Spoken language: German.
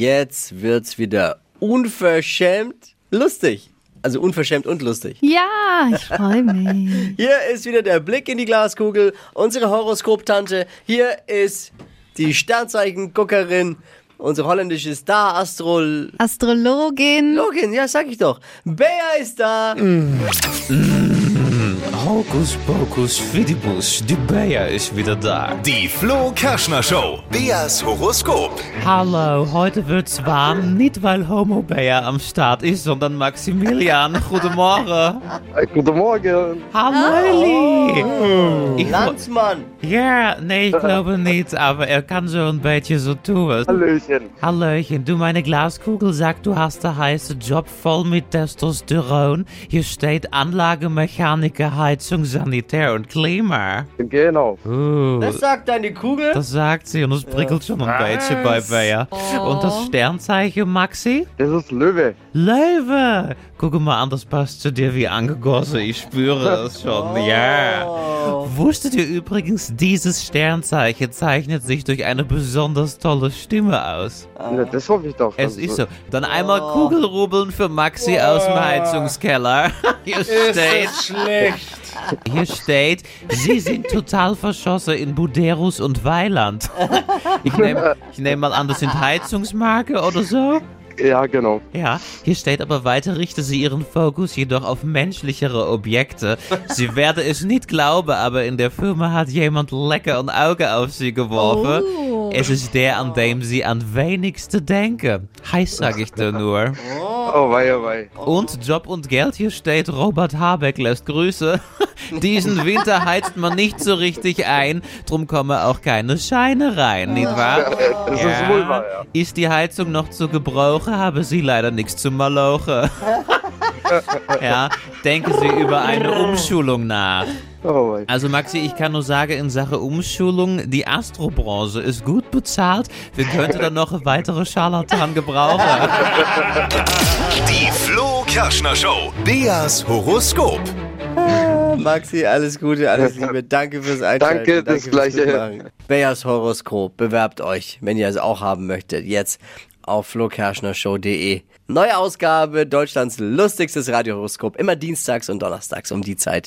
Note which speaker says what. Speaker 1: Jetzt wird's wieder unverschämt lustig. Also unverschämt und lustig.
Speaker 2: Ja, ich freue mich.
Speaker 1: Hier ist wieder der Blick in die Glaskugel, unsere Horoskop-Tante. Hier ist die Sternzeichen-Guckerin, unsere holländische Star-Astrologin.
Speaker 2: Astrologin.
Speaker 1: Ja, sag ich doch. Bea ist da.
Speaker 3: Hocus pocus fidibus, die Bea is wieder da.
Speaker 4: Die Flo Kerschner Show. Beas Horoskop.
Speaker 3: Hallo, heute wird's warm. Nicht weil Homo Bea am Start ist, sondern Maximilian. Goedemorgen.
Speaker 5: Goedemorgen.
Speaker 3: Hallo, Lee. Ich,
Speaker 1: Landsmann.
Speaker 3: ja, nee, ich glaube nicht, aber er kann so ein beetje so tun.
Speaker 5: Hallöchen.
Speaker 3: Hallöchen, du meine Glaskugel sagt, du hast einen heißen Job voll mit Testosteron. Hier steht Anlage, Mechaniker, Heizung, Sanitär und Klima.
Speaker 5: Genau.
Speaker 3: Oeh.
Speaker 1: Das sagt deine Kugel.
Speaker 3: Das sagt sie und es prickelt schon ein bisschen bei Bayer. Und das Sternzeichen, Maxi?
Speaker 5: Das ist Löwe.
Speaker 3: Löwe! Guck mal an, das passt zu dir wie angegossen. Ich spüre es schon. Ja. Wusstet ihr übrigens, dieses Sternzeichen zeichnet sich durch eine besonders tolle Stimme aus.
Speaker 5: Ja, das hoffe ich doch. Also,
Speaker 3: Es ist so. Dann einmal Kugelrubbeln für Maxi aus dem Heizungskeller. Hier steht,
Speaker 6: Schlecht.
Speaker 3: hier steht, sie sind total verschossen in Buderus und Weiland. Ich nehme ich nehm mal an, das sind Heizungsmarken oder so.
Speaker 5: Ja, genau.
Speaker 3: Ja, hier steht aber weiter, richte sie ihren Fokus jedoch auf menschlichere Objekte. Sie werde es nicht glauben, aber in der Firma hat jemand lecker ein Auge auf sie geworfen.
Speaker 2: Oh.
Speaker 3: Es ist der, an dem sie am wenigsten denken. Heiß sag ich dir nur.
Speaker 5: Oh, wei, oh, wei.
Speaker 3: Und Job und Geld, hier steht, Robert Habeck lässt Grüße. Diesen Winter heizt man nicht so richtig ein, drum kommen auch keine Scheine rein, nicht wahr?
Speaker 5: Das ist wohl wahr, ja.
Speaker 3: Ist die Heizung noch zu gebrauchen, habe sie leider nichts zu malochen. ja, denken Sie über eine Umschulung nach.
Speaker 5: Oh, wei.
Speaker 3: Also Maxi, ich kann nur sagen, in Sache Umschulung, die Astrobranche ist gut bezahlt. Wir könnten da noch weitere Scharlatan gebrauchen.
Speaker 4: Die Flo Kerschner Show. Beas Horoskop.
Speaker 1: Maxi, alles Gute, alles Liebe. Danke fürs Einschalten.
Speaker 5: Danke, das
Speaker 1: fürs
Speaker 5: Gleiche.
Speaker 1: Mitmachen. Beas Horoskop, bewerbt euch, wenn ihr es auch haben möchtet. Jetzt auf flokerschnershow.de. Neue Ausgabe Deutschlands lustigstes Radiohoroskop, immer dienstags und donnerstags um die Zeit.